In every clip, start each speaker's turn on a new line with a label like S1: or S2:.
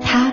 S1: 他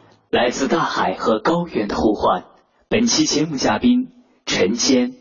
S2: 来自大海和高原的呼唤。本期节目嘉宾陈坚。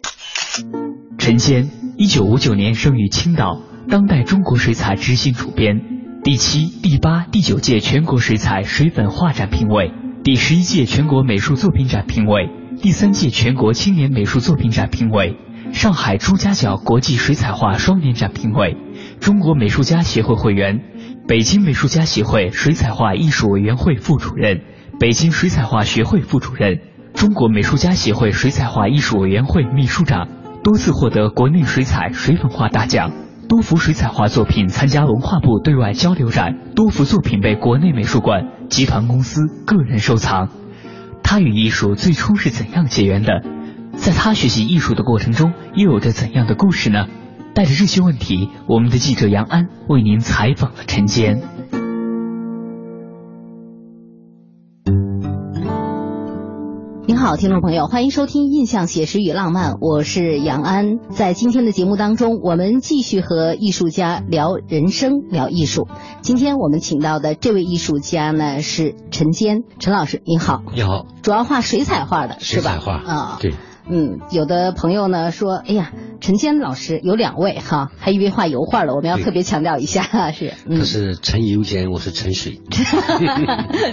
S2: 陈坚，一九五九年生于青岛，当代中国水彩执行主编，第七、第八、第九届全国水彩水粉画展评委，第十一届全国美术作品展评委，第三届全国青年美术作品展评委，上海朱家角国际水彩画双年展评委，中国美术家协会会员，北京美术家协会水彩画艺术委员会副主任。北京水彩画学会副主任、中国美术家协会水彩画艺术委员会秘书长，多次获得国内水彩水粉画大奖，多幅水彩画作品参加文化部对外交流展，多幅作品被国内美术馆、集团公司、个人收藏。他与艺术最初是怎样结缘的？在他学习艺术的过程中，又有着怎样的故事呢？带着这些问题，我们的记者杨安为您采访了陈坚。
S3: 您好，听众朋友，欢迎收听《印象写实与浪漫》，我是杨安。在今天的节目当中，我们继续和艺术家聊人生、聊艺术。今天我们请到的这位艺术家呢是陈坚，陈老师，您好。
S4: 你好，
S3: 主要画水彩画的是
S4: 水
S3: 吧？
S4: 彩画
S3: 啊、
S4: 对，
S3: 嗯，有的朋友呢说，哎呀，陈坚老师有两位哈，还以为画油画了，我们要
S4: 对
S3: 特别强调一 下，是，嗯
S4: 他，是陈油坚，我是陈 水。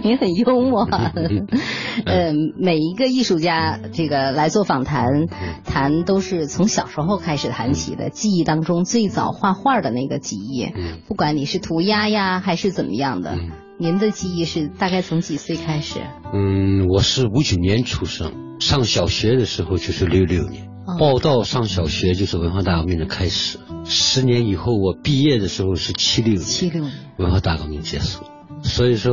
S3: 您很幽默。
S4: 嗯
S3: 呃，每一个艺术家这个来做访谈，谈都是从小时候开始谈起的，记忆当中最早画画的那个记忆，
S4: 嗯
S3: 不管你是涂鸦呀还是怎么样的，
S4: 嗯
S3: 您的记忆是大概从几岁开始？
S4: 嗯，我是五九年出生，上小学的时候就是六六年，
S3: 哦
S4: 报到上小学就是文化大革命的开始。十年以后我毕业的时候是七六
S3: 七
S4: 年，
S3: 六年，
S4: 文化大革命结束。所以说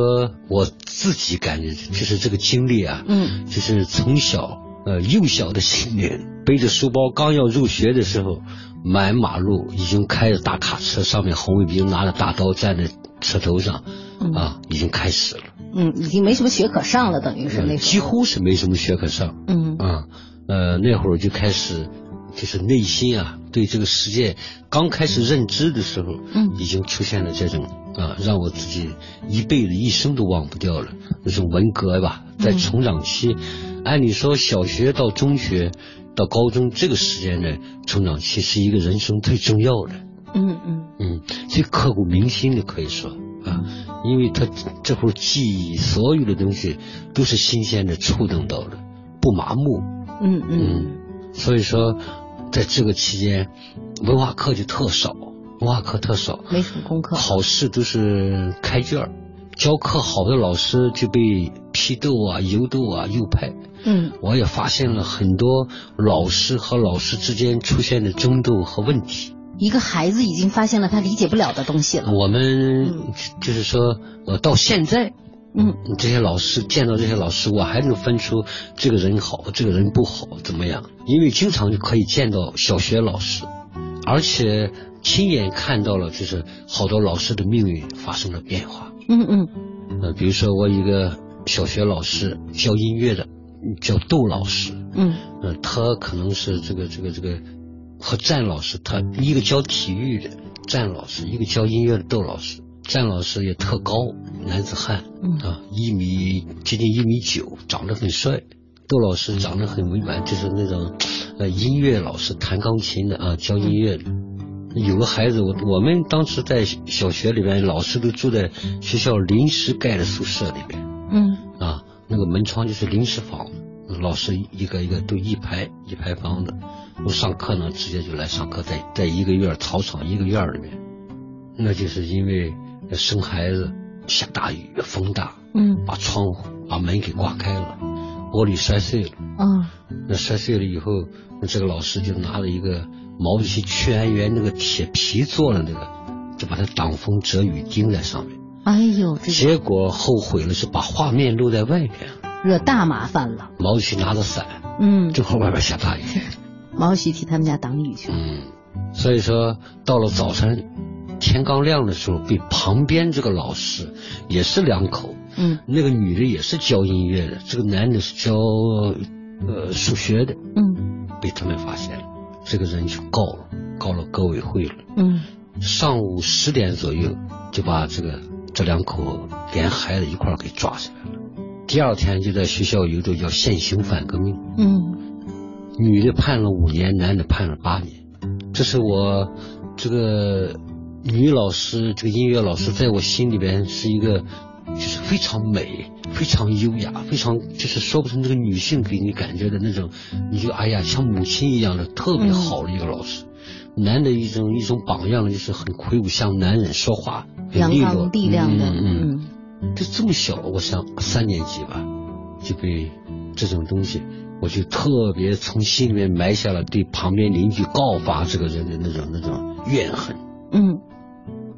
S4: 我自己感觉就是这个经历啊，
S3: 嗯，
S4: 就是从小呃幼小的心灵，背着书包刚要入学的时候，满马路已经开着大卡车，上面红卫兵拿着大刀站在车头上，啊，已经开始了，
S3: 嗯，已经没什么学可上了，等于是嗯那时
S4: 几
S3: 候，
S4: 乎是没什么学可上
S3: 嗯
S4: 啊，呃那会儿就开始。就是内心啊，对这个世界刚开始认知的时候，
S3: 嗯
S4: 已经出现了这种啊，让我自己一辈子一生都忘不掉了那种文革吧，在
S3: 嗯
S4: 成长期，按理说小学到中学到高中这个时间的成长期是一个人生最重要的，
S3: 嗯嗯
S4: 嗯，最刻骨铭心的可以说啊，因为他这会儿记忆所有的东西都是新鲜的，触动到的，不麻木，
S3: 嗯嗯
S4: 嗯，所以说在这个期间，文化课就特少，文化课特少，
S3: 没什么功课，
S4: 考试都是开卷儿，教课好的老师就被批斗啊、游斗啊、右派。
S3: 嗯
S4: 我也发现了很多老师和老师之间出现的争斗和问题。
S3: 一个孩子已经发现了他理解不了的东西了。
S4: 我
S3: 嗯
S4: 们就是说，呃，到现在，
S3: 嗯
S4: 这些老师见到这些老师，我还能分出这个人好，这个人不好，怎么样？因为经常就可以见到小学老师，而且亲眼看到了，就是好多老师的命运发生了变化。
S3: 嗯嗯
S4: 呃，比如说我一个小学老师教音乐的，叫窦老师，
S3: 嗯
S4: 呃，他可能是这个这个这个和战老师，他一个教体育的战老师，一个教音乐的窦老师。战老师也特高，男子汉啊，一米接近一米九，长得很帅。窦老师长得很委婉，就是那种呃音乐老师，弹钢琴的啊，教音乐的。有个孩子，我我们当时在小学里边，老师都住在学校临时盖的宿舍里边
S3: 嗯
S4: 啊，那个门窗就是临时房，老师一个一个都一排一排房的。我上课呢，直接就来上课，在在一个院儿草场一个院儿里面，那就是因为生孩子，下大雨风大，
S3: 嗯
S4: 把窗户把门给刮开了，玻璃摔碎了。
S3: 哦
S4: 那摔碎了以后，那这个老师就拿了一个毛主席去安园那个铁皮做的那个，就把它挡风遮雨钉在上面。
S3: 哎呦，这
S4: 结果后悔了，是把画面露在外面。
S3: 惹大麻烦了。
S4: 毛主席拿着伞，
S3: 嗯，
S4: 正好外边下大雨。
S3: 毛主席替他们家挡雨去了。
S4: 嗯，所以说到了早晨天刚亮的时候，被旁边这个老师也是两口，
S3: 嗯
S4: 那个女的也是教音乐的，这个男的是教呃数学的，
S3: 嗯
S4: 被他们发现了，这个人就告了，告了革委会了。
S3: 嗯，
S4: 上午十点左右就把这个这两口连孩子一块儿给抓起来了。第二天就在学校有一种叫现行反革命，
S3: 嗯
S4: 女的判了五年，男的判了八年。这是我这个女老师，这个音乐老师，在我心里边是一个就是非常美、非常优雅、非常就是说不成这个女性给你感觉的那种，你就哎呀像母亲一样的特别好的一个老
S3: 嗯
S4: 师。男的一种一种榜样就是很魁梧，像男人说话很
S3: 阳
S4: 利落
S3: 刚、力量的，
S4: 嗯嗯嗯
S3: 嗯
S4: 就这么小，我想三年级吧，就被这种东西，我就特别从心里面埋下了对旁边邻居告发这个人的那种那种怨恨。
S3: 嗯，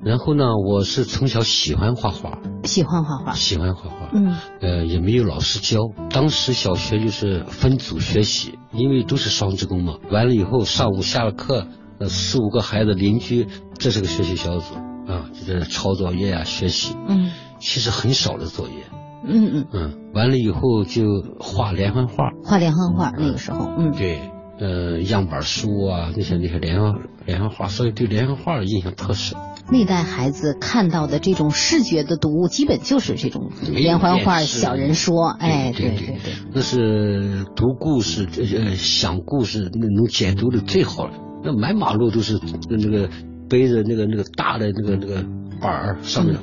S4: 然后呢，我是从小喜欢画画，
S3: 嗯
S4: 啊
S3: 喜欢画画。
S4: 喜欢画画，
S3: 嗯
S4: 呃，也没有老师教。当时小学就是分组学习，因为都是双职工嘛。完了以后，上午下了课，呃，四五个孩子邻居，这是个学习小组啊，就在那抄作业呀、学习。
S3: 嗯
S4: 其实很少的作业，
S3: 嗯嗯，
S4: 嗯，完了以后就画连环画，
S3: 画连环画那个时候，嗯
S4: 对，呃，样板书啊，那些那些连环连环画，所以对连环画的印象特深。
S3: 那代孩子看到的这种视觉的读物，基本就是这种
S4: 没
S3: 连环画、
S4: 电视
S3: 小人说，哎，
S4: 对
S3: 对
S4: 对
S3: 对，
S4: 那是读故事，呃，想故事，那能解读的最好了。那满马路都是呃那个背着那个那个大的那个那个板儿，上面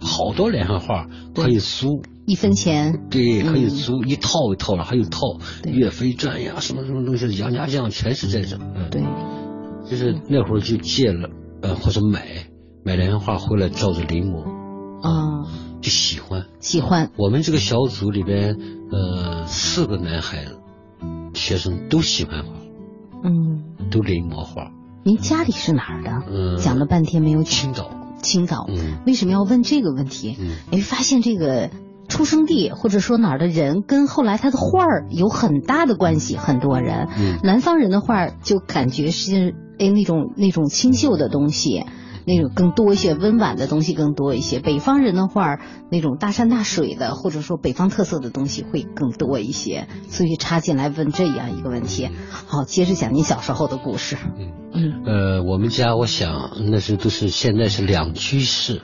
S4: 好多连环画可以租，
S3: 一分钱，
S4: 对，可以
S3: 嗯
S4: 租一套一套了，还有套
S3: 对
S4: 《岳飞传》呀，什么什么东西，《杨家将》全是这种。嗯，
S3: 对，啊
S4: 就是那会儿就借了，呃，或者买买连环画回来照着临摹，
S3: 啊，
S4: 就喜欢。
S3: 喜欢，
S4: 我们这个小组里边，呃，四个男孩子学生都喜欢画，
S3: 嗯，
S4: 都临摹画。
S3: 您家里是哪儿的？
S4: 嗯、
S3: 讲了半天没有
S4: 青
S3: 讲
S4: 岛，
S3: 青岛，
S4: 嗯
S3: 为什么要问这个问题？
S4: 嗯，
S3: 哎，发现这个出生地或者说哪儿的人跟后来他的画儿有很大的关系。很多人，
S4: 嗯
S3: 南方人的画儿就感觉是哎那种那种清秀的东西，那种更多一些，温婉的东西更多一些。北方人的画儿那种大山大水的，或者说北方特色的东西会更多一些。所以插进来问这样一个问题，好，接着讲您小时候的故事。嗯
S4: 呃，我们家我想那时候都是现在是两居室，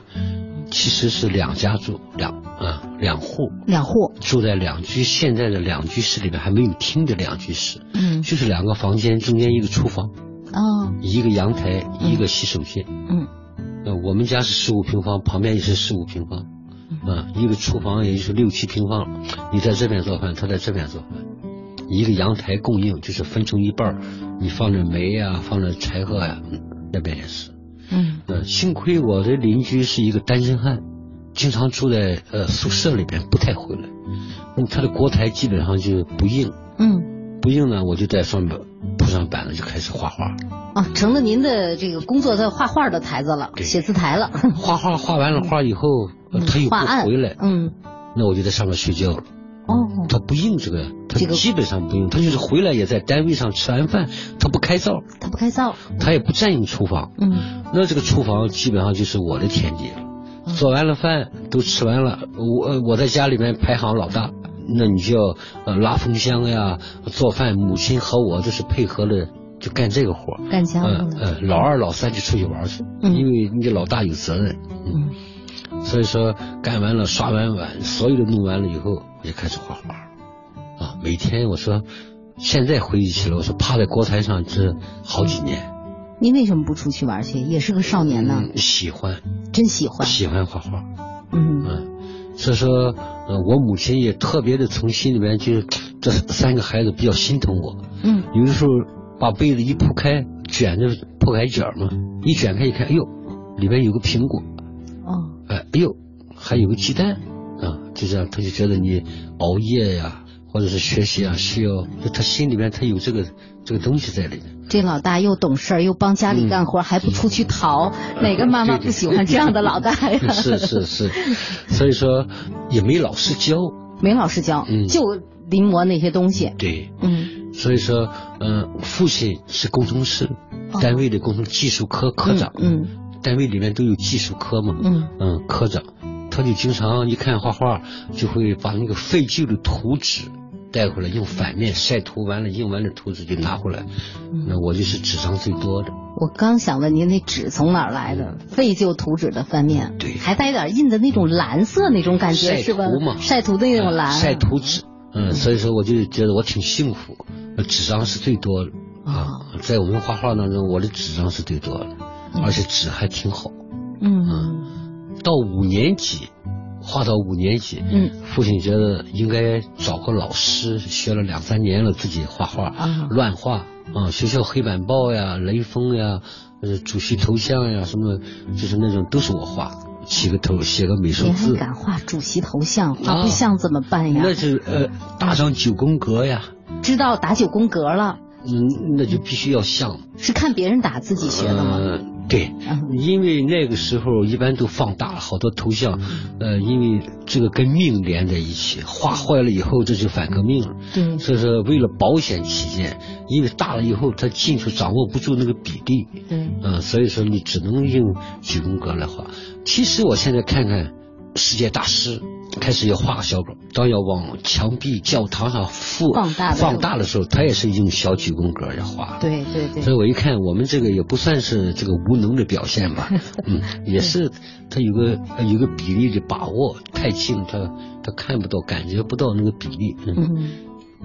S4: 其实是两家住两啊、两户
S3: 两户，
S4: 住在两居现在的两居室里边还没有厅的两居室，
S3: 嗯
S4: 就是两个房间中间一个厨房，
S3: 哦，
S4: 一个阳台，一个洗手间。
S3: 嗯
S4: 呃，我们家是十五平方，旁边也是十五平方，啊、一个厨房也就是六七平方了。你在这边做饭，他在这边做饭，一个阳台供应就是分成一半儿，你放点煤呀、放点柴火呀、嗯那边也是。
S3: 嗯
S4: 呃，幸亏我的邻居是一个单身汉，经常住在呃宿舍里边，不太回来，那么他的锅台基本上就不硬，
S3: 嗯，
S4: 不硬呢，我就在上面铺上板子就开始画画。
S3: 啊，成了您的这个工作的画画的台子了，
S4: 对
S3: 写字台了。
S4: 画画画完了画以后，呃
S3: 嗯
S4: 他又
S3: 画案
S4: 不回来，
S3: 嗯，
S4: 那我就在上面睡觉了。
S3: 哦，
S4: 他不用这个，他
S3: 这个
S4: 基本上不用，他就是回来也在单位上吃完饭，他不开灶，
S3: 他不开灶。
S4: 他也不占用厨房。
S3: 嗯
S4: 那这个厨房基本上就是我的天地了。做完了饭都吃完了，我呃我在家里面排行老大，那你就要呃拉风箱呀，做饭，母亲和我就是配合了就干这个活儿。
S3: 干家务
S4: 嗯
S3: 了。
S4: 嗯，老二老三就出去玩去，
S3: 嗯
S4: 因为你老大有责任。嗯，所以说干完了刷完碗，所有的弄完了以后，我就开始画画。啊，每天我说，现在回忆起来，我说趴在锅台上这好几年，
S3: 您为什么不出去玩去？也是个少年呢，
S4: 嗯，喜欢
S3: 真喜欢。
S4: 喜欢画画。
S3: 嗯
S4: 嗯，所以说，呃，我母亲也特别的从心里面就这三个孩子比较心疼我，
S3: 嗯
S4: 有的时候把被子一铺开，卷着铺开卷嘛，一卷开一看，哎呦，里边有个苹果，
S3: 哦
S4: 哎，哎呦，还有个鸡蛋啊，就这样，他就觉得你熬夜呀、或者是学习啊，需要，就他心里面他有这个这个东西在里面。
S3: 这老大又懂事儿，又帮家里干活，还不出去淘，哪个妈妈不喜欢这样的老大哎呀？
S4: 嗯 是是是，所以说也没老师教，
S3: 没老师教，
S4: 嗯
S3: 就临摹那些东西。
S4: 对，
S3: 嗯
S4: 所以说，嗯、父亲是工程师，单位的工程技术科科长，
S3: 哦嗯
S4: 单位里面都有技术科嘛，
S3: 嗯
S4: 嗯，科长，他就经常一看画画，就会把那个废旧的图纸带回来，用反面晒图完了，印完了图纸就拿回来。
S3: 嗯
S4: 那我就是纸张最多的，
S3: 我刚想问您，那纸从哪儿来的？
S4: 嗯
S3: 废旧图纸的翻面，
S4: 对
S3: 还带点印的那种蓝色那种感觉，
S4: 晒
S3: 是吧
S4: 图嘛？
S3: 晒图的那种蓝，
S4: 嗯晒图纸，嗯，所以说我就觉得我挺幸福，纸张是最多的
S3: 哦
S4: 啊，在我们画画当中，我的纸张是最多的，而且纸还挺好。
S3: 嗯，
S4: 到五年级，画到五年级，
S3: 嗯，
S4: 父亲觉得应该找个老师，学了两三年了，自己画画，
S3: 啊
S4: 乱画啊，学校黑板报呀、雷锋呀、呃主席头像呀，什么就是那种都是我画，起个头，写个美术
S3: 您还
S4: 字，
S3: 敢画主席头像？
S4: 啊
S3: 画不像怎么办呀？
S4: 那是呃打上九宫格呀，
S3: 知道打九宫格了，
S4: 嗯，那就必须要像。
S3: 是看别人打自己学的吗？啊
S4: 呃，对，因为那个时候一般都放大了好多头像，呃，因为这个跟命连在一起，画坏了以后这就反革命了。
S3: 对
S4: 所以说，为了保险起见，因为大了以后他进去掌握不住那个比例，
S3: 对，
S4: 嗯、所以说你只能用九宫格来画。其实我现在看看世界大师，开始要画个小本，当要往墙壁、教堂上附
S3: 放大的
S4: 放大的时候，他也是用小九宫格来画的。
S3: 对对对
S4: 所以我一看，我们这个也不算是这个无能的表 现吧，嗯，也是他有个呃有个比例的把握太近，他他看不到，感觉不到那个比例。嗯，
S3: 嗯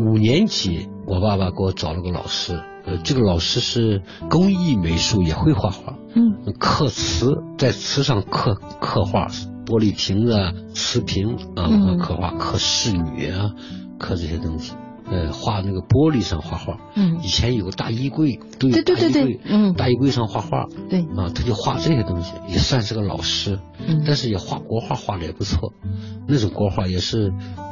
S4: 五年级我爸爸给我找了个老师，呃，这个老师是工艺美术，也会画画，
S3: 嗯
S4: 刻瓷，在瓷上刻刻画，玻璃瓶子、啊、瓷瓶啊，
S3: 嗯
S4: 刻画刻仕女啊，刻这些东西。呃，画那个玻璃上画画，
S3: 嗯
S4: 以前有个大衣柜，都有
S3: 对对对
S4: 大衣
S3: 对
S4: 柜
S3: 嗯
S4: 大衣柜上画画，
S3: 对
S4: 啊，他就画这些东西，也算是个老师，
S3: 嗯
S4: 但是也画国画画的也不错，那种国画也是，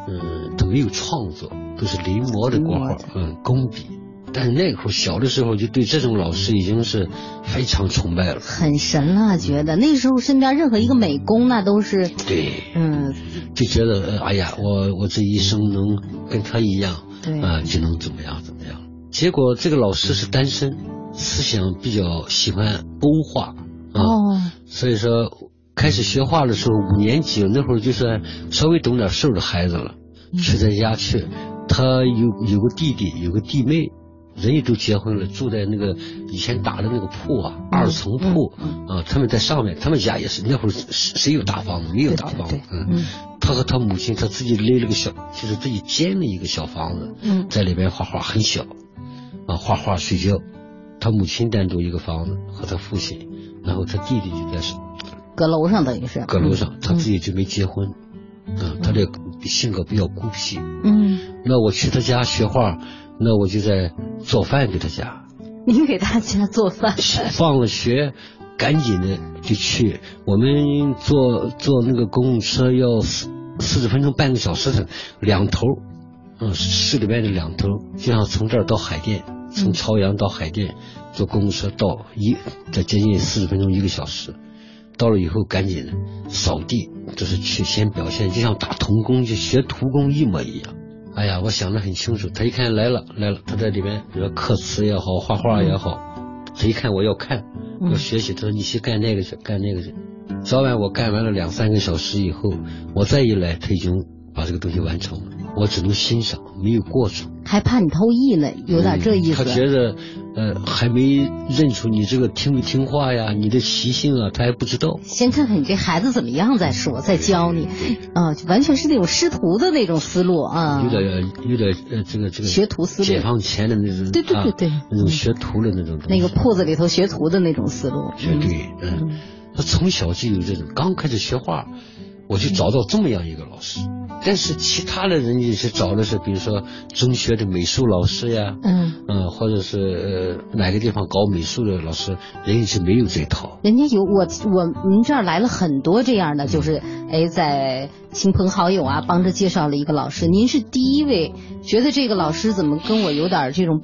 S4: 嗯，他没有创作，都是临摹的国
S3: 临
S4: 画
S3: 摹的，
S4: 嗯，工笔。但是那个时候小的时候就对这种老师已经是非常崇拜了，
S3: 很神了，觉得那时候身边任何一个美工那都是，
S4: 对，
S3: 嗯，
S4: 就觉得呃哎呀，我我这一生能跟他一样，
S3: 对
S4: 啊、就能怎么样怎么样。结果这个老师是单身，思想比较喜欢欧化啊，
S3: 哦，
S4: 所以说开始学画的时候，五年级那会儿就算稍微懂点事儿的孩子了，
S3: 嗯
S4: 去他家去，他有有个弟弟，有个弟妹。人也都结婚了，住在那个以前打的那个铺啊，二层铺
S3: 嗯
S4: 啊，他们在上面，他们家也是那会儿谁谁有大房子，没有大房子
S3: 对，
S4: 嗯，
S3: 嗯
S4: 他和他母亲，他自己勒了个小，就是自己建了一个小房子，
S3: 嗯
S4: 在里边画画，很小，啊，画画睡觉。他母亲单独一个房子和他父亲，然后他弟弟就在
S3: 阁楼上等于是嗯
S4: 阁楼，上，他自己就没结婚，啊，他这性格比较孤僻。
S3: 嗯，
S4: 那我去他家学画，那我就在做饭给他家，
S3: 您给大家做饭，
S4: 放了学，赶紧的就去。我们坐坐那个公共车要四四十分钟半个小时的，两头，嗯，市里面的两头，就像从这儿到海淀，从朝阳到海淀，坐公共车到一，再接近四十分钟一个小时。到了以后，赶紧的扫地，就是去先表现，就像打童工去学徒工一模一样。哎呀，我想得很清楚，他一看来了来了，他在里面，比如说刻词也好，画画也好，他一看我要看，
S3: 嗯
S4: 要学习，他说你去干那个去，干那个去。早晚我干完了两三个小时以后，我再一来，他已经把这个东西完成了。我只能欣赏，没有过程。
S3: 还怕你偷艺呢，有点这意思。
S4: 嗯他觉得，呃，还没认出你这个听没听话呀，你的习性啊，他还不知道。
S3: 先看看你这孩子怎么样再说，再教你，啊、完全是那种师徒的那种思路啊。
S4: 有点有点呃，这个这个
S3: 学徒思路
S4: 解放前的那种，
S3: 对对对
S4: 啊
S3: 对
S4: 那种学徒的那种东西。
S3: 那个铺子里头学徒的那种思路。
S4: 绝对，嗯，他从小就有这种。刚开始学画，我就找到这么样一个老师，但是其他的人也是找的是，比如说中学的美术老师呀，
S3: 嗯，
S4: 嗯，或者是呃哪个地方搞美术的老师，人家是没有这套。
S3: 人家有我我您这儿来了很多这样的，就是哎，在亲朋好友啊帮着介绍了一个老师，您是第一位觉得这个老师怎么跟我有点儿这种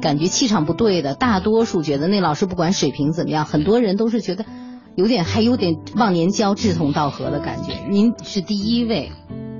S3: 感觉气场不对的，大多数觉得那老师不管水平怎么样，很多人都是觉得有点还有点忘年交、志同道合的感觉。您是第一位，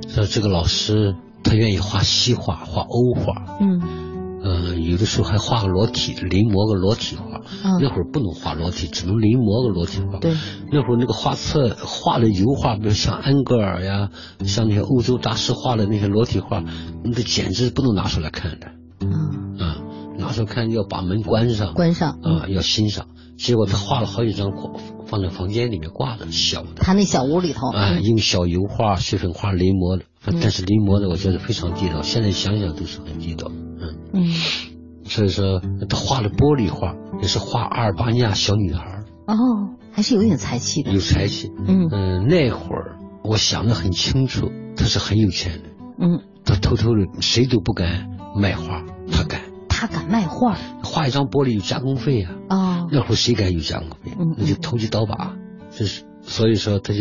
S4: 像这个老师，他愿意画西画，画欧画，
S3: 嗯
S4: 呃，有的时候还画个裸体，临摹个裸体画。那
S3: 嗯，
S4: 会儿不能画裸体，只能临摹个裸体画。
S3: 对，
S4: 那会儿那个画册画的油画，比如像安格尔呀，像那些欧洲大师画的那些裸体画，那个简直不能拿出来看的
S3: 嗯，
S4: 啊！拿出来看要把门关上，
S3: 关上。嗯
S4: 啊，要欣赏。结果他画了好几张挂，放在房间里面挂着，小的
S3: 他那小屋里头，
S4: 啊，
S3: 嗯
S4: 用小油画、水粉画临摹的，但是临摹的我觉得非常地道，现在想想都是很地道，嗯。
S3: 嗯，
S4: 所以说，他画的玻璃画也是画阿尔巴尼亚小女孩儿，
S3: 哦，还是有点才气的
S4: 有，才气。
S3: 嗯
S4: 嗯、那会儿我想得很清楚，他是很有钱的，
S3: 嗯，
S4: 他偷偷的谁都不敢卖画，他敢。
S3: 他敢卖画儿
S4: 画一张玻璃有加工费啊，
S3: 哦，
S4: 那会儿谁敢有加工费啊
S3: 嗯嗯？
S4: 那就投机倒把，啊这是所以说他就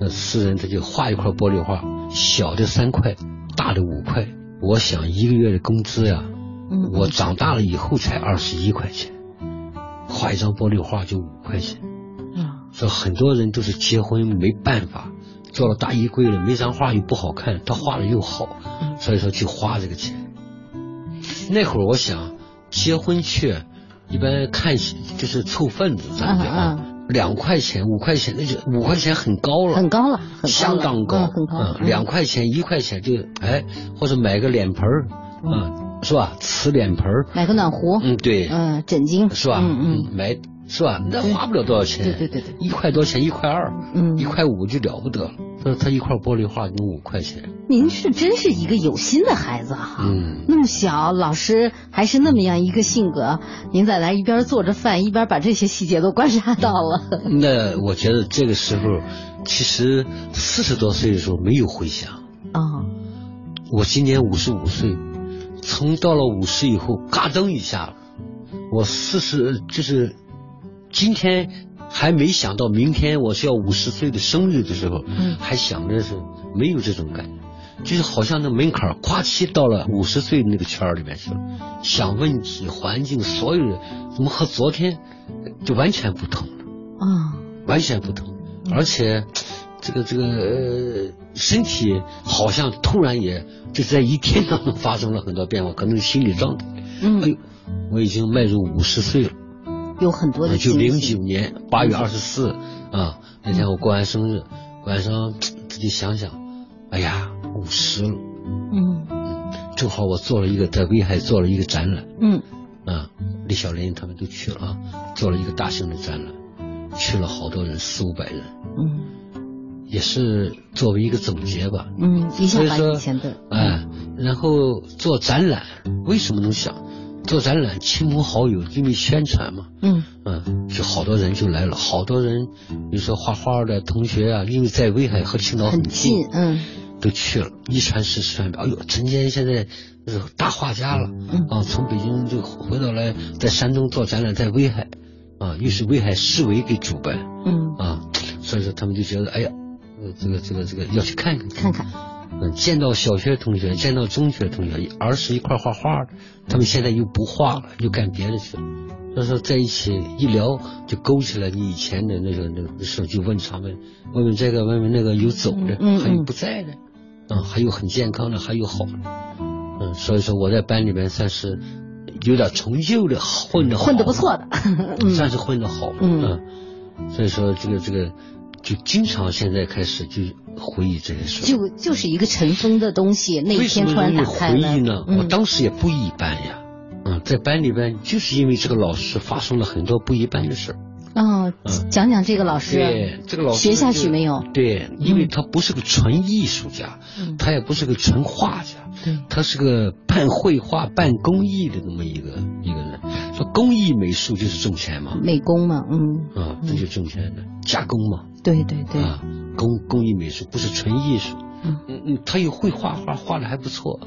S4: 呃私人他就画一块玻璃画，小的三块，大的五块。我想一个月的工资呀、
S3: 嗯
S4: 我长大了以后才二十一块钱，画一张玻璃画就五块钱。
S3: 嗯
S4: 这很多人都是结婚没办法，做了大衣柜了，没张画又不好看，他画的又好，
S3: 嗯
S4: 所以说去花这个钱。那会儿我想，结婚去一般看就是凑份子，咱们讲
S3: 嗯
S4: 啊，两块钱、五块钱，那就五块钱很高了，
S3: 很高了，很高了
S4: 相当高，
S3: 嗯很高了
S4: 嗯，两块钱、一块钱就哎，或者买个脸盆儿，
S3: 嗯
S4: 啊、是吧？瓷脸盆儿，
S3: 买个暖壶，
S4: 嗯，对，
S3: 嗯，枕巾，
S4: 是吧？
S3: 嗯嗯，
S4: 买是吧？那花不了多少钱，
S3: 对对对对
S4: 一块多钱，一块二，
S3: 嗯
S4: 一块五就了不得了。他他一块玻璃画弄五块钱，
S3: 您是真是一个有心的孩子哈、
S4: 嗯，
S3: 那么小，老师还是那么样一个性格，您再来一边做着饭，一边把这些细节都观察到了。
S4: 那我觉得这个时候，其实四十多岁的时候没有回想，
S3: 哦，
S4: 我今年五十五岁，从到了五十以后，嘎噔一下，我四十就是今天还没想到明天我是要五十岁的生日的时候，
S3: 嗯
S4: 还想着是没有这种感觉，就是好像那门槛儿夸叽到了五十岁的那个圈儿里面去了，想问题、环境、所有人怎么和昨天就完全不同了。
S3: 哦，
S4: 完全不同，而且这个这个呃身体好像突然也就在一天当中发生了很多变化，可能是心理状态。哎
S3: 嗯，
S4: 呦，我已经迈入五十岁了，
S3: 有很多的
S4: 就
S3: 惊
S4: 零
S3: 喜
S4: 九年八月二十四啊，那天我过完生日，晚上自己想想，哎呀，五十了，
S3: 嗯
S4: 正好我做了一个在威海做了一个展览。
S3: 嗯
S4: 啊，李小林他们都去了啊，做了一个大型的展览，去了好多人，四五百人，
S3: 嗯
S4: 也是作为一个总结吧。
S3: 嗯，一下
S4: 所以
S3: 把
S4: 说
S3: 以前的，
S4: 哎，然后做展览，为什么能想做展览？亲朋好友因为宣传嘛，
S3: 嗯
S4: 嗯，就好多人就来了，好多人，比如说画画的同学啊，因为在威海和青岛
S3: 很
S4: 很
S3: 近，嗯
S4: 都去了，一传十，十传百。哎呦，陈坚现在是大画家了
S3: 嗯
S4: 啊！从北京就回到来，在山东做展览，在威海啊，又是威海市委给主办
S3: 嗯，
S4: 啊，所以说他们就觉得，哎呀，呃这个这个这个要去看看。
S3: 看看，
S4: 嗯，见到小学同学，见到中学同学，儿时一块画画的，他们现在又不画了，又干别的去了。所以说在一起一聊，就勾起来你以前的那个那个事儿，就问他们，问问这个，问问那个，有走的，
S3: 嗯嗯
S4: 还有不在的，啊，还有很健康的，还有好的，嗯，所以说我在班里面算是有点成就的，混的
S3: 混得不错的，嗯
S4: 算是混得好，
S3: 嗯
S4: 所以说这个这个就经常现在开始就回忆这些事。
S3: 就就是一个尘封的东西，那
S4: 为
S3: 一
S4: 什
S3: 天
S4: 么
S3: 突然
S4: 容易
S3: 打开
S4: 回
S3: 了。
S4: 忆呢？我
S3: 嗯，
S4: 当时也不一般呀，嗯，在班里边就是因为这个老师发生了很多不一般的事儿。
S3: 哦，
S4: 嗯
S3: 讲讲这个老师
S4: 对，，这个老师
S3: 学下
S4: 就
S3: 去没有？
S4: 对，因为他不是个纯艺术家，
S3: 嗯
S4: 他也不是个纯画家，
S3: 对
S4: 他是个半绘画半工艺的这么一个一个人。说工艺美术就是挣钱嘛，
S3: 美工嘛，嗯，
S4: 啊，这就挣钱的加工嘛，
S3: 对对对，
S4: 啊，工工艺美术不是纯艺术，
S3: 嗯
S4: 嗯嗯，他又会画画，画的还不错，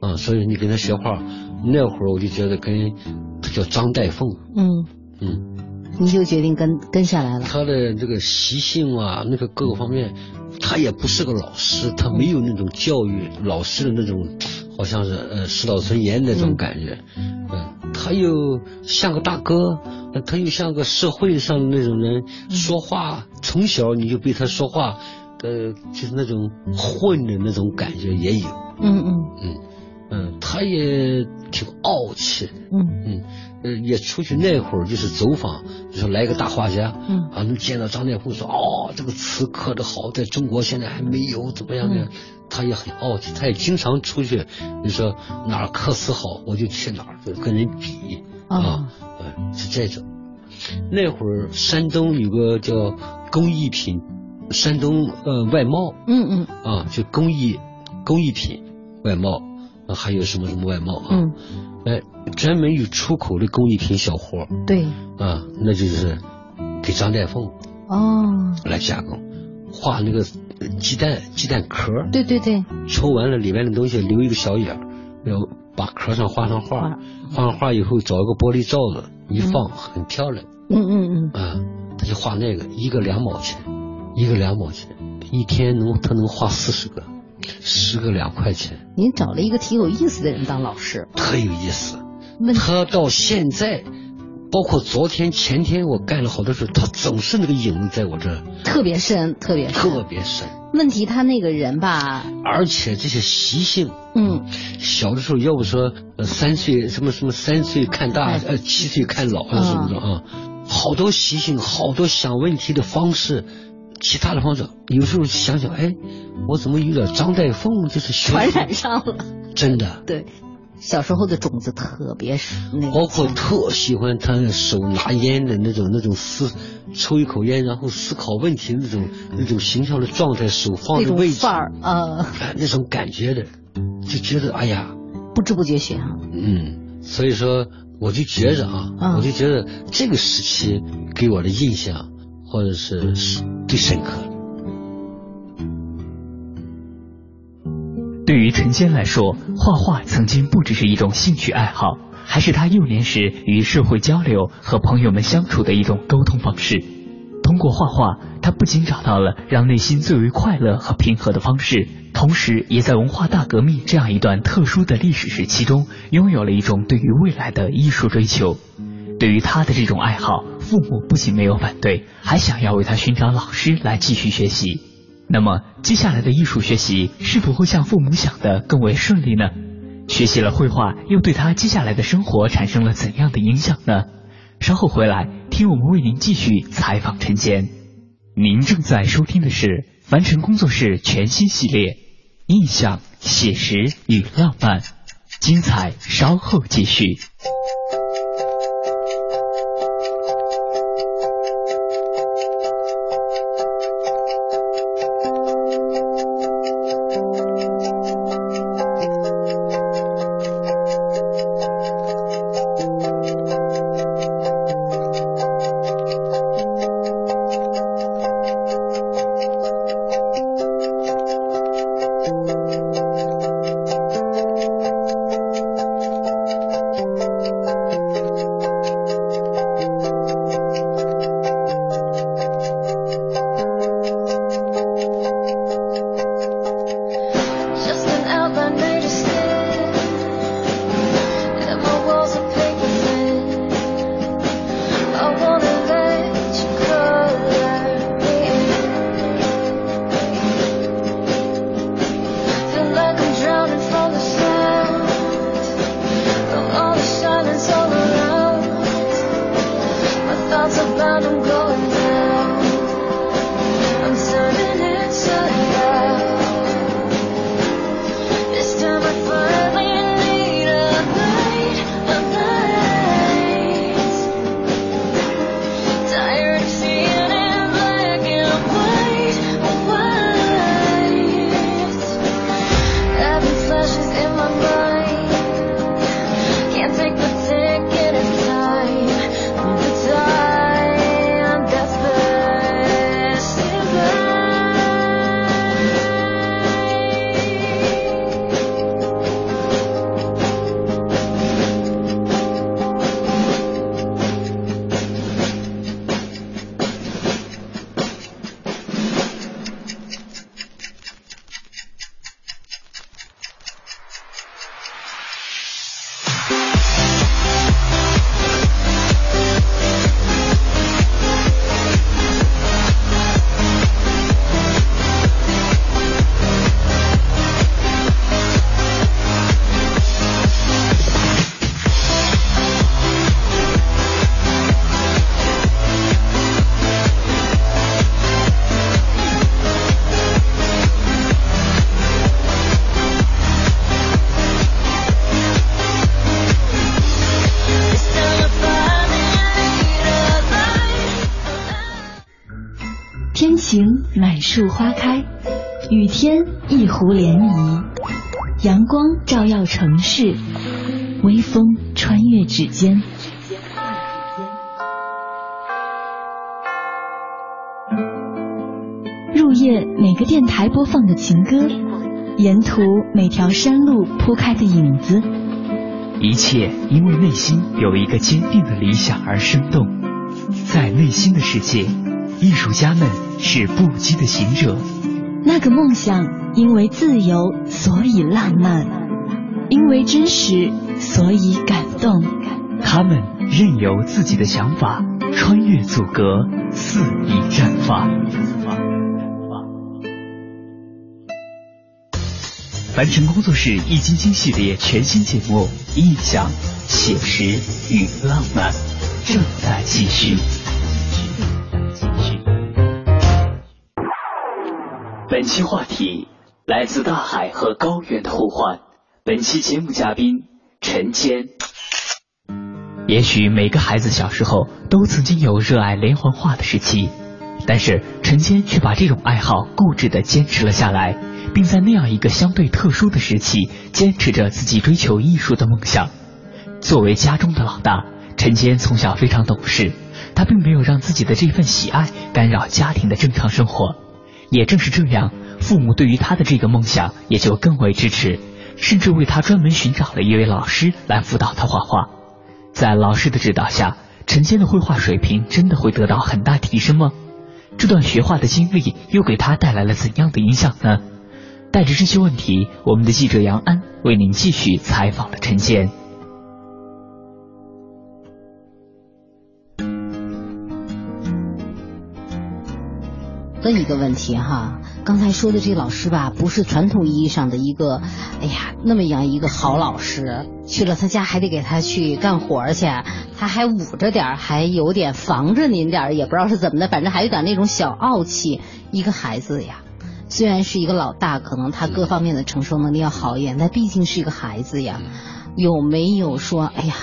S4: 啊，所以你跟他学画，那会儿我就觉得跟他叫张代凤，
S3: 嗯，
S4: 嗯，
S3: 你就决定跟跟下来了。
S4: 他的这个习性啊，那个各个方面，他也不是个老师，他没有那种教育老师的那种，好像是呃师道尊严那种感觉，嗯，他又像个大哥。呃他又像个社会上的那种人，说话从小你就被他说话，呃，就是那种混的那种感觉也有。
S3: 嗯嗯
S4: 嗯，嗯，他也挺傲气的，
S3: 嗯
S4: 嗯，呃，也出去那会儿就是走访，就说来个大画家，
S3: 嗯
S4: 啊，能见到张代凤说，哦，这个词刻的好，在中国现在还没有怎么样
S3: 嗯
S4: 的，他也很傲气，他也经常出去，就说哪儿刻词好，我就去哪儿，就跟人比、
S3: 哦
S4: 啊，呃，是这种。那会儿山东有个叫工艺品，山东呃外贸，
S3: 嗯嗯
S4: 啊，就工艺工艺品外贸，啊，还有什么什么外贸啊，
S3: 嗯，
S4: 哎，专门有出口的工艺品小伙儿
S3: 对，
S4: 啊，那就是给张代凤
S3: 哦，
S4: 来加工，画那个呃鸡蛋鸡蛋壳儿，
S3: 对对对，
S4: 抽完了里面的东西留一个小眼儿，然后把壳上画上
S3: 画
S4: 画，画上画以后找一个玻璃罩子一放，很漂亮
S3: 嗯嗯
S4: 啊，他就画那个一个两毛钱，一个两毛钱，一天能他能画四十个，十个两块钱。
S3: 嗯，您找了一个挺有意思的人当老师，
S4: 特有意思。
S3: 问
S4: 他到现在，包括昨天、前天，我干了好多事，他总是那个影子在我这儿
S3: 特别深，特别深。
S4: 特别深，
S3: 问题他那个人吧，
S4: 而且这些习性。
S3: 嗯，
S4: 小的时候，要不说呃三岁什么什么三岁看大
S3: 哎，嗯
S4: 呃七岁看老啊什么的啊，好多习性，好多想问题的方式，其他的方式，有时候想想，哎，我怎么有点张代凤，就是学
S3: 传染上了。
S4: 真的，
S3: 对，小时候的种子特别深，那个
S4: 包括特喜欢他手拿烟的那种那种思，抽一口烟然后思考问题那种那种形象的状态，手放
S3: 那
S4: 的
S3: 种
S4: 位置，
S3: 范儿，呃，
S4: 哎那种感觉的，就觉得哎呀，
S3: 不知不觉学哈。
S4: 嗯，所以说我就觉着啊，
S3: 嗯
S4: 我就觉得这个时期给我的印象或者是是最深刻的。
S2: 对于陈坚来说，画画曾经不只是一种兴趣爱好，还是他幼年时与社会交流和朋友们相处的一种沟通方式。通过画画，他不仅找到了让内心最为快乐和平和的方式，同时也在文化大革命这样一段特殊的历史时期中，拥有了一种对于未来的艺术追求。对于他的这种爱好，父母不仅没有反对，还想要为他寻找老师来继续学习。那么接下来的艺术学习是否会像父母想的更为顺利呢？学习了绘画，又对他接下来的生活产生了怎样的影响呢？稍后回来，听我们为您继续采访陈坚。您正在收听的是凡尘工作室全新系列《印象、写实与浪漫》，精彩稍后继续。
S1: 晴满树花开，雨天一湖涟漪，阳光照耀城市，微风穿越指尖。入夜每个电台播放的情歌，沿途每条山路铺开的影子，
S2: 一切因为内心有一个坚定的理想而生动。在内心的世界，艺术家们是不羁的行者。
S1: 那个梦想因为自由，所以浪漫；因为真实，所以感动。
S2: 他们任由自己的想法穿越阻隔，肆意绽放。凡尘工作室易筋经系列全新节目《印象写实与浪漫》正在继续。本期话题来自大海和高原的呼唤。本期节目嘉宾陈坚。也许每个孩子小时候都曾经有热爱连环画的时期，但是陈坚却把这种爱好固执地坚持了下来。并在那样一个相对特殊的时期，坚持着自己追求艺术的梦想。作为家中的老大，陈坚从小非常懂事，他并没有让自己的这份喜爱干扰家庭的正常生活。也正是这样，父母对于他的这个梦想也就更为支持，甚至为他专门寻找了一位老师来辅导他画画。在老师的指导下，陈坚的绘画水平真的会得到很大提升吗？这段学画的经历又给他带来了怎样的影响呢？带着这些问题，我们的记者杨安为您继续采访了陈坚。
S3: 问一个问题哈，刚才说的这老师吧，不是传统意义上的一个，哎呀，那么样一个好老师，去了他家还得给他去干活去，他还捂着点儿，还有点防着您点儿，也不知道是怎么的，反正还有点那种小傲气，一个孩子呀。虽然是一个老大，可能他
S4: 嗯
S3: 各方面的承受能力要好一点，但毕竟是一个孩子
S4: 嗯
S3: 呀。有没有说，哎呀，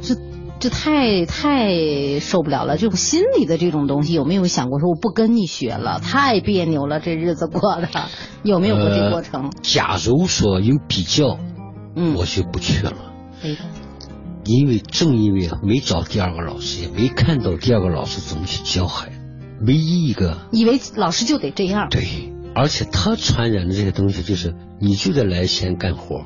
S3: 这这太太受不了了，这种心理的这种东西，有没有想过说我不跟你学了，太别扭了，这日子过的，有没有过这过程？
S4: 呃假如说有比较，
S3: 嗯
S4: 我就不去了。
S3: 哎
S4: 因为正因为没找第二个老师，也没看到第二个老师怎么去教孩子，唯一一个
S3: 以为老师就得这样，
S4: 对，而且他传染的这些东西就是你就得来先干活，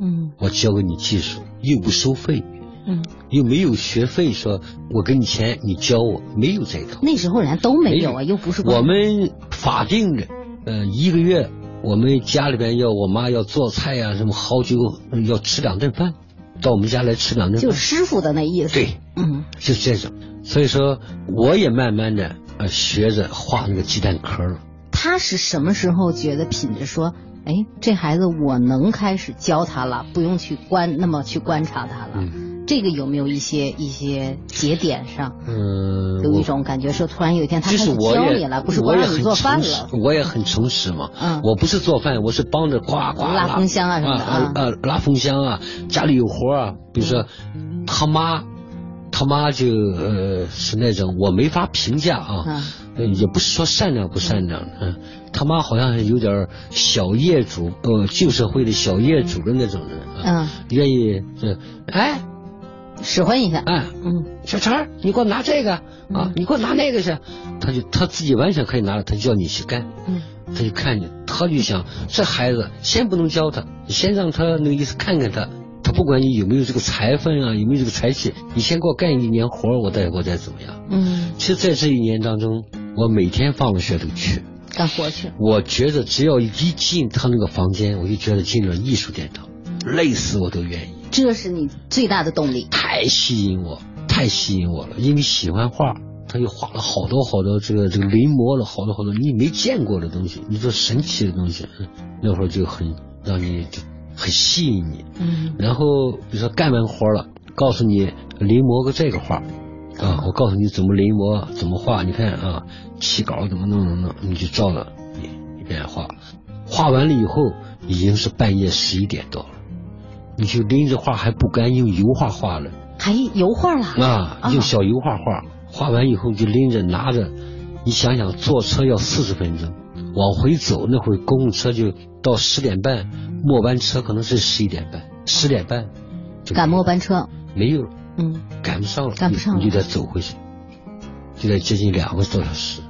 S3: 嗯
S4: 我教给你技术，又不收费，
S3: 嗯，
S4: 又没有学费，说我给你钱你教我，没有这套，
S3: 那时候人家都没有啊，又不是
S4: 我们法定的，呃，一个月我们家里边要我妈要做菜呀、什么好久呃要吃两顿饭，到我们家来吃两顿饭，
S3: 就是师傅的那意思，
S4: 嗯对。
S3: 嗯
S4: 就这种。所以说，我也慢慢的呃学着画那个鸡蛋壳了。
S3: 他是什么时候觉得品着说，哎，这孩子我能开始教他了，不用去观那么去观察他了？
S4: 嗯
S3: 这个有没有一些一些节点上
S4: 嗯，
S3: 有一
S4: 我
S3: 种感觉，说突然有一天他
S4: 就
S3: 开
S4: 是
S3: 始
S4: 我
S3: 教
S4: 也
S3: 你了，不是
S4: 我
S3: 光
S4: 也
S3: 让你
S4: 很
S3: 做饭
S4: 诚实
S3: 了，，
S4: 我也很诚实嘛。
S3: 嗯
S4: 我不是做饭，我是帮着呱呱
S3: 拉风箱啊什么的啊
S4: 呃拉风箱啊，家里有活啊，比如说
S3: 嗯
S4: 他妈。他妈就呃是那种我没法评价啊，
S3: 嗯
S4: 呃也不是说善良不善良，嗯、他妈好像有点小业主呃旧社会的小业主的那种人，
S3: 嗯，
S4: 啊愿意这，哎
S3: 使唤一下，
S4: 哎，
S3: 嗯
S4: 小陈儿，你给我拿这个啊，你给我拿那个去，他就他自己完全可以拿了，他就叫你去干，
S3: 嗯
S4: 他就看见，他就想这孩子先不能教他，你先让他那个意思看看他，他不管你有没有这个才分啊，有没有这个才气，你先给我干一年活儿，我再我再怎么样。
S3: 嗯，
S4: 其实，在这一年当中，我每天放了学都去，
S3: 干活去，
S4: 我觉得只要一进他那个房间，我就觉得进了艺术殿堂，累死我都愿意。
S3: 这是你最大的动力。
S4: 太吸引我，太吸引我了，因为喜欢画，他又画了好多好多这个这个临摹了好多好多你没见过的东西，你说神奇的东西，嗯那会儿就很让你就很吸引你。
S3: 嗯
S4: 然后比如说干完活了，告诉你临摹个这个画，啊，我告诉你怎么临摹，怎么画，你看啊，起稿怎么弄弄弄，你就照着一一遍画，画完了以后已经是半夜十一点多了，你就拎着画还不甘，用油画画了。
S3: 还油画了，
S4: 啊啊，用小油画画，画完以后就拎着拿着你想想，坐车要四十分钟，往回走那会儿公共车就到十点半，末班车可能是十一点半，十点半就
S3: 赶末班车，
S4: 没有了，
S3: 嗯，
S4: 赶不上了，
S3: 赶不上了
S4: 你就得走回去，就得接近两个多小时，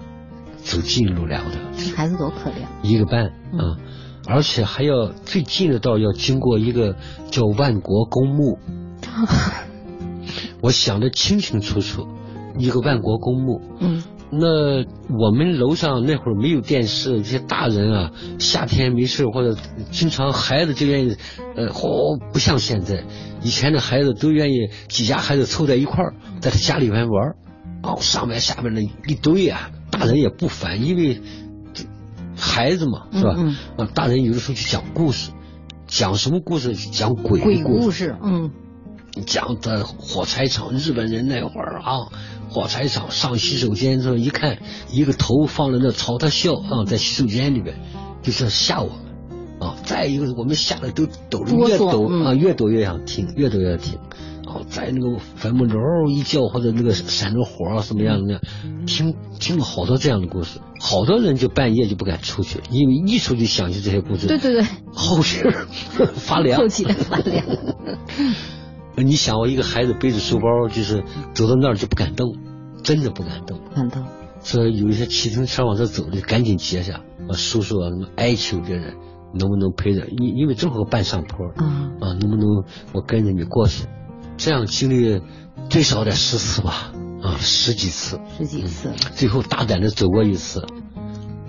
S4: 走近路两个多小时，
S3: 这孩子多可怜。
S4: 一个半
S3: 嗯
S4: 啊，而且还要最近的道要经过一个叫万国公墓，我想得清清楚楚，一个万国公墓，
S3: 嗯，
S4: 那我们楼上那会儿没有电视，这些大人啊，夏天没事或者经常孩子就愿意，呃，嚯、不像现在，以前的孩子都愿意几家孩子凑在一块儿，在他家里边玩儿，哦，上面下面的一堆啊，大人也不烦，因为这孩子嘛，是吧？
S3: 嗯
S4: 啊，大人有的时候就讲故事，讲什么故事？讲鬼
S3: 鬼
S4: 故事
S3: 故事，嗯，
S4: 讲的火柴厂日本人那会儿啊，火柴厂上洗手间的时候一看，一个头放在那朝他笑啊，在洗手间里边，就是要吓我们啊。再一个，我们吓得都抖着，
S3: 哆嗦
S4: 越抖、
S3: 嗯
S4: 啊，越抖越想听，越抖越想听。啊，在那个坟墓里嗷一叫，或者那个闪着火啊，什么样的，听听了好多这样的故事，好多人就半夜就不敢出去，因为一出去想起这些故事，
S3: 对对对，
S4: 后脊儿发凉，
S3: 后脊梁发 凉。
S4: 你想，我一个孩子背着书包，就是走到那儿就不敢动，真的不敢动。
S3: 感动，
S4: 所以有一些骑自行车往这走的，赶紧截下。啊，叔叔啊，什么哀求别人，能不能陪着？因因为正好半上坡
S3: 啊，
S4: 啊，能不能我跟着你过去？这样经历最少得十次吧，啊，十几次。
S3: 十几次，
S4: 最后大胆的走过一次，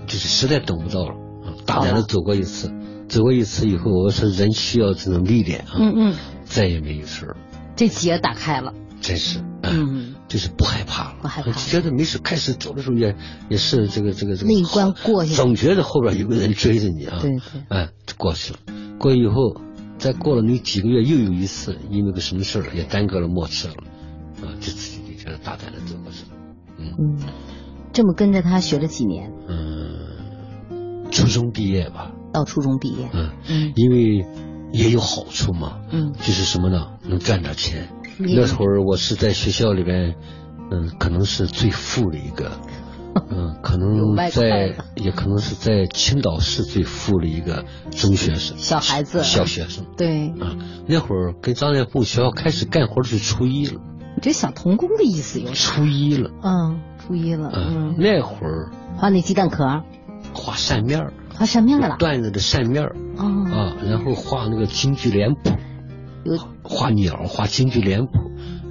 S4: 就是实在等不到了，啊大胆的走过一次，走过一次以后，我说人需要这种历练啊，
S3: 嗯嗯，
S4: 再也没有事儿，
S3: 这结打开了，
S4: 真是，啊
S3: 嗯，
S4: 就是不害怕了，
S3: 不害怕
S4: 就觉得没事。开始走的时候也也是这个这个这个
S3: 那一关过去了
S4: 总觉得后边有个人追着你啊，
S3: 对对，
S4: 哎，就过去了。过去以后，再过了那几个月，又有一次，因为个什么事儿也耽搁了莫测了，啊，就自己就觉得大胆的走过去了。
S3: 嗯，这么跟着他学了几年，
S4: 嗯，初中毕业吧，
S3: 到初中毕业，
S4: 嗯，
S3: 嗯
S4: 因为也有好处嘛，
S3: 嗯
S4: 就是什么呢？能赚点钱。
S3: 嗯
S4: 那会儿我是在学校里边，嗯，可能是最富的 一个，嗯，可
S3: 有
S4: 能
S3: 外快
S4: 在
S3: 了
S4: 也可能是在青岛市最富的一个中学生，
S3: 小孩子
S4: 小学生
S3: 对，
S4: 啊。那会儿跟张建富学校开始干活是初一了，
S3: 你这小童工的意思有点，
S4: 初一了，
S3: 嗯，初一了，
S4: 啊，
S3: 嗯，
S4: 那会儿
S3: 画那鸡蛋壳儿，
S4: 画扇面儿，
S3: 画扇面儿了，
S4: 段子的扇面儿
S3: 哦，
S4: 啊，然后画那个京剧脸谱，
S3: 有
S4: 画鸟，画京剧脸谱，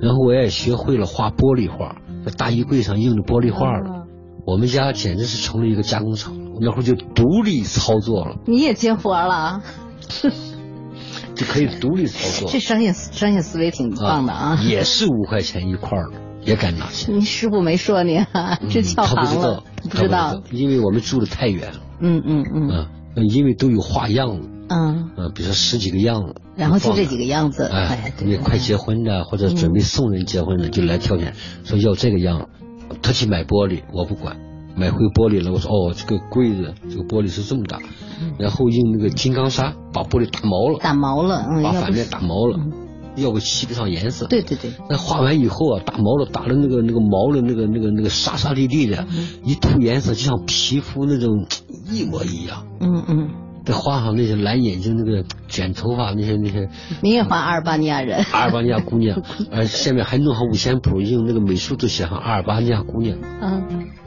S4: 然后我也学会了画玻璃画，在大衣柜上印着玻璃画
S3: 嗯
S4: 了。我们家简直是成了一个加工厂了，那会儿就独立操作了，
S3: 你也接活儿了啊，
S4: 就可以独立操作
S3: 这。商业商业思维挺棒的哦啊。
S4: 也是五块钱一块儿的，也敢拿钱。
S3: 你师傅没说你啊，这
S4: 嗯
S3: 翘
S4: 他不
S3: 行
S4: 知
S3: 了
S4: 道，，
S3: 不
S4: 他
S3: 知
S4: 知
S3: 道，，
S4: 因为我们住的太远了，
S3: 嗯嗯嗯
S4: 啊，因为都有画样了，
S3: 嗯，
S4: 啊，比如说十几个样了，
S3: 然后就
S4: 放
S3: 这
S4: 那
S3: 几个样子，
S4: 哎
S3: 哎，，对
S4: 你快结婚
S3: 嗯
S4: 的或者准备送人结婚的就来挑选，说要这个样，他去买玻璃，我不管，买回玻璃了，我说哦，这个柜子这个玻璃是这么大，然后用那个金刚砂把玻璃打毛了，
S3: 嗯打毛了，嗯，要
S4: 把反
S3: 不嗯
S4: 面打毛了，要个漆不上颜色。
S3: 对对对，
S4: 那画完以后啊，打毛了，打的那个那个毛的那个那个那个沙沙粒粒的，
S3: 嗯
S4: 一涂颜色就像皮肤那种一模一样。
S3: 嗯嗯，
S4: 再画上那些蓝眼睛，那个卷头发那些那些
S3: 你也画阿尔巴尼亚人，
S4: 阿尔巴尼亚姑娘，呃，下面还弄上五线谱，用那个美术都写上阿尔巴尼亚姑娘，
S3: 嗯，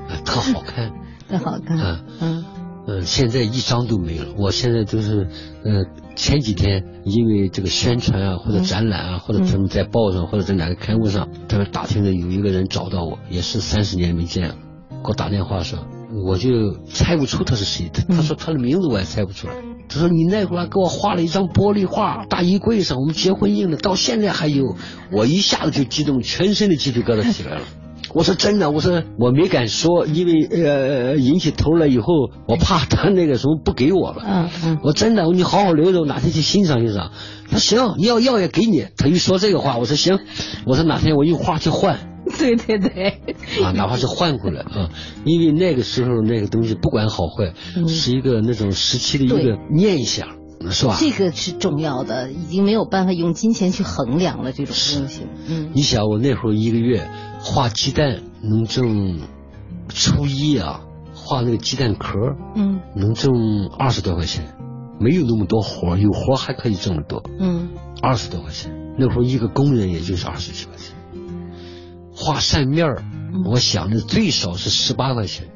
S4: 啊，特好看，
S3: 特好看，
S4: 啊，
S3: 嗯，
S4: 嗯、现在一张都没了。我现在都是，呃，前几天因为这个宣传啊，或者展览啊，或者他们在报上，或者在哪个刊物上，他们打听的有一个人找到我，也是三十年没见了，给我打电话说，我就猜不出他是谁，他他说他的名字我也猜不出来。他说：“你那会儿给我画了一张玻璃画，大衣柜上，我们结婚印的，到现在还有。”我一下子就激动，全身的鸡皮疙瘩起来了。我说真的，我说我没敢说，因为呃引起头来以后，我怕他那个什么不给我了。
S3: 嗯嗯
S4: 我真的，你好好留着，我哪天去欣赏欣赏。他行，你要要也给你。他一说这个话，我说行，我说哪天我用画去换
S3: 对对对，
S4: 啊，哪怕是换回来啊，因为那个时候那个东西不管好坏，是一个那种时期的一
S3: 对
S4: 个念想，是吧？
S3: 这个是重要的，已经没有办法用金钱去衡量了这种东西，嗯
S4: 你想我那会儿一个月画鸡蛋能挣初一啊，画那个鸡蛋壳儿
S3: 嗯
S4: 能挣二十多块钱，没有那么多活儿，有活儿还可以挣得多，
S3: 嗯
S4: 二十多块钱。那会儿一个工人也就是二十几块钱，画扇面儿，我想着最少是十八块钱，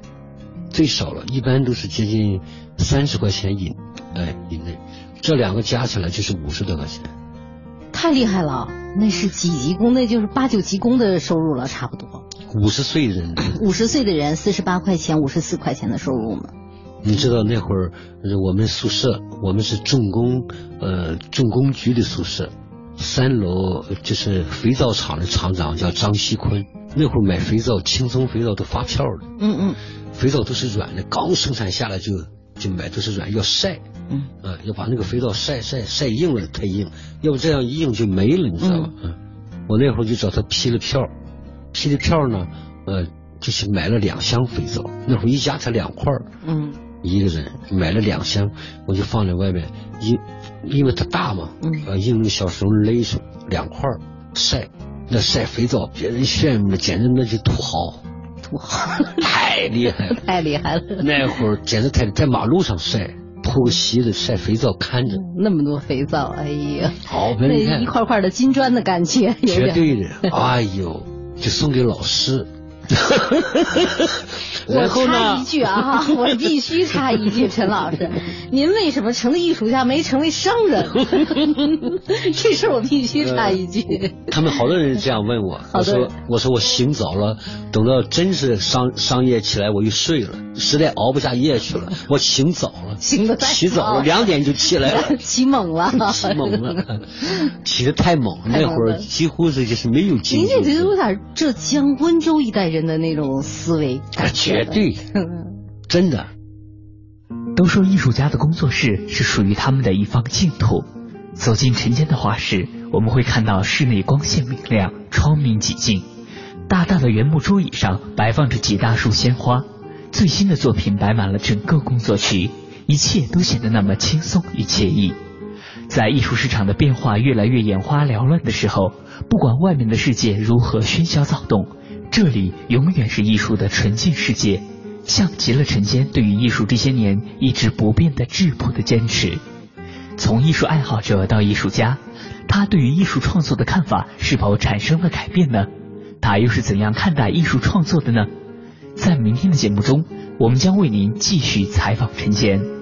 S4: 最少了，一般都是接近三十块钱以哎以内，这两个加起来就是五十多块钱。
S3: 太厉害了，那是几级工，那就是八九级工的收入了，差不多。
S4: 五十岁人，
S3: 五十岁的人，四十八块钱、五十四块钱的收入呢。
S4: 你知道那会儿呃我们宿舍，我们是重工呃重工局的宿舍，三楼呃就是肥皂厂的厂长叫张锡坤，那会儿买肥皂轻松肥皂都发票了，
S3: 嗯
S4: 肥皂都是软的，刚生产下来就就买都是软，要晒。
S3: 嗯嗯
S4: 啊，要把那个肥皂晒晒晒硬了太硬，要不这样一硬就没了，你知道吧？嗯，我那会儿就找他批了票，批了票呢，呃，就是买了两箱肥皂，那会儿一家才两块儿，
S3: 嗯
S4: 一个人买了两箱，我就放在外面，因因为它大嘛，
S3: 嗯
S4: 呃，用那个小绳勒住两块儿晒，那晒肥皂，别人炫目，简直那就土豪，
S3: 土豪
S4: 太厉害了。
S3: 太厉害了，
S4: 那会儿简直太在马路上晒，铺个席子晒肥皂看着，
S3: 那么多肥皂，哎呀，
S4: 好，
S3: 嗯那
S4: 别人一看
S3: 一块块的金砖的感觉，有
S4: 绝
S3: 点。
S4: 对 的，哎呦，就送给老师。
S3: 我
S4: 然后
S3: 插一
S4: 呢？
S3: 句啊，我必须插一句，陈老师，您为什么成为艺术家没成为商人？这事儿我必须插一句。
S4: 他们好多人这样问我，
S3: 好
S4: 我
S3: 多人
S4: 说我说我醒早了，等到真是商商业起来我就睡了，实在熬不下夜去 了，我醒早了，
S3: 醒得太
S4: 起早了，
S3: 早。
S4: 两点就起来 了
S3: 起猛了，
S4: 起猛了，起得太猛，
S3: 太猛
S4: 那会儿
S3: 了
S4: 几乎是就是没有精
S3: 您
S4: 力。
S3: 这就有点浙江温州一带人的那种思维，
S4: 啊绝 对，
S3: 嗯
S4: 真的。
S2: 都说艺术家的工作室是属于他们的一方净土。走进陈坚的画室，我们会看到室内光线明亮，窗明几净。大大的原木桌椅上摆放着几大束鲜花，最新的作品摆满了整个工作区，一切都显得那么轻松与惬意。在艺术市场的变化越来越眼花缭乱的时候，不管外面的世界如何喧嚣躁动，这里永远是艺术的纯净世界，像极了陈坚对于艺术这些年一直不变的质朴的坚持。从艺术爱好者到艺术家，他对于艺术创作的看法是否产生了改变呢？他又是怎样看待艺术创作的呢？在明天的节目中，我们将为您继续采访陈坚。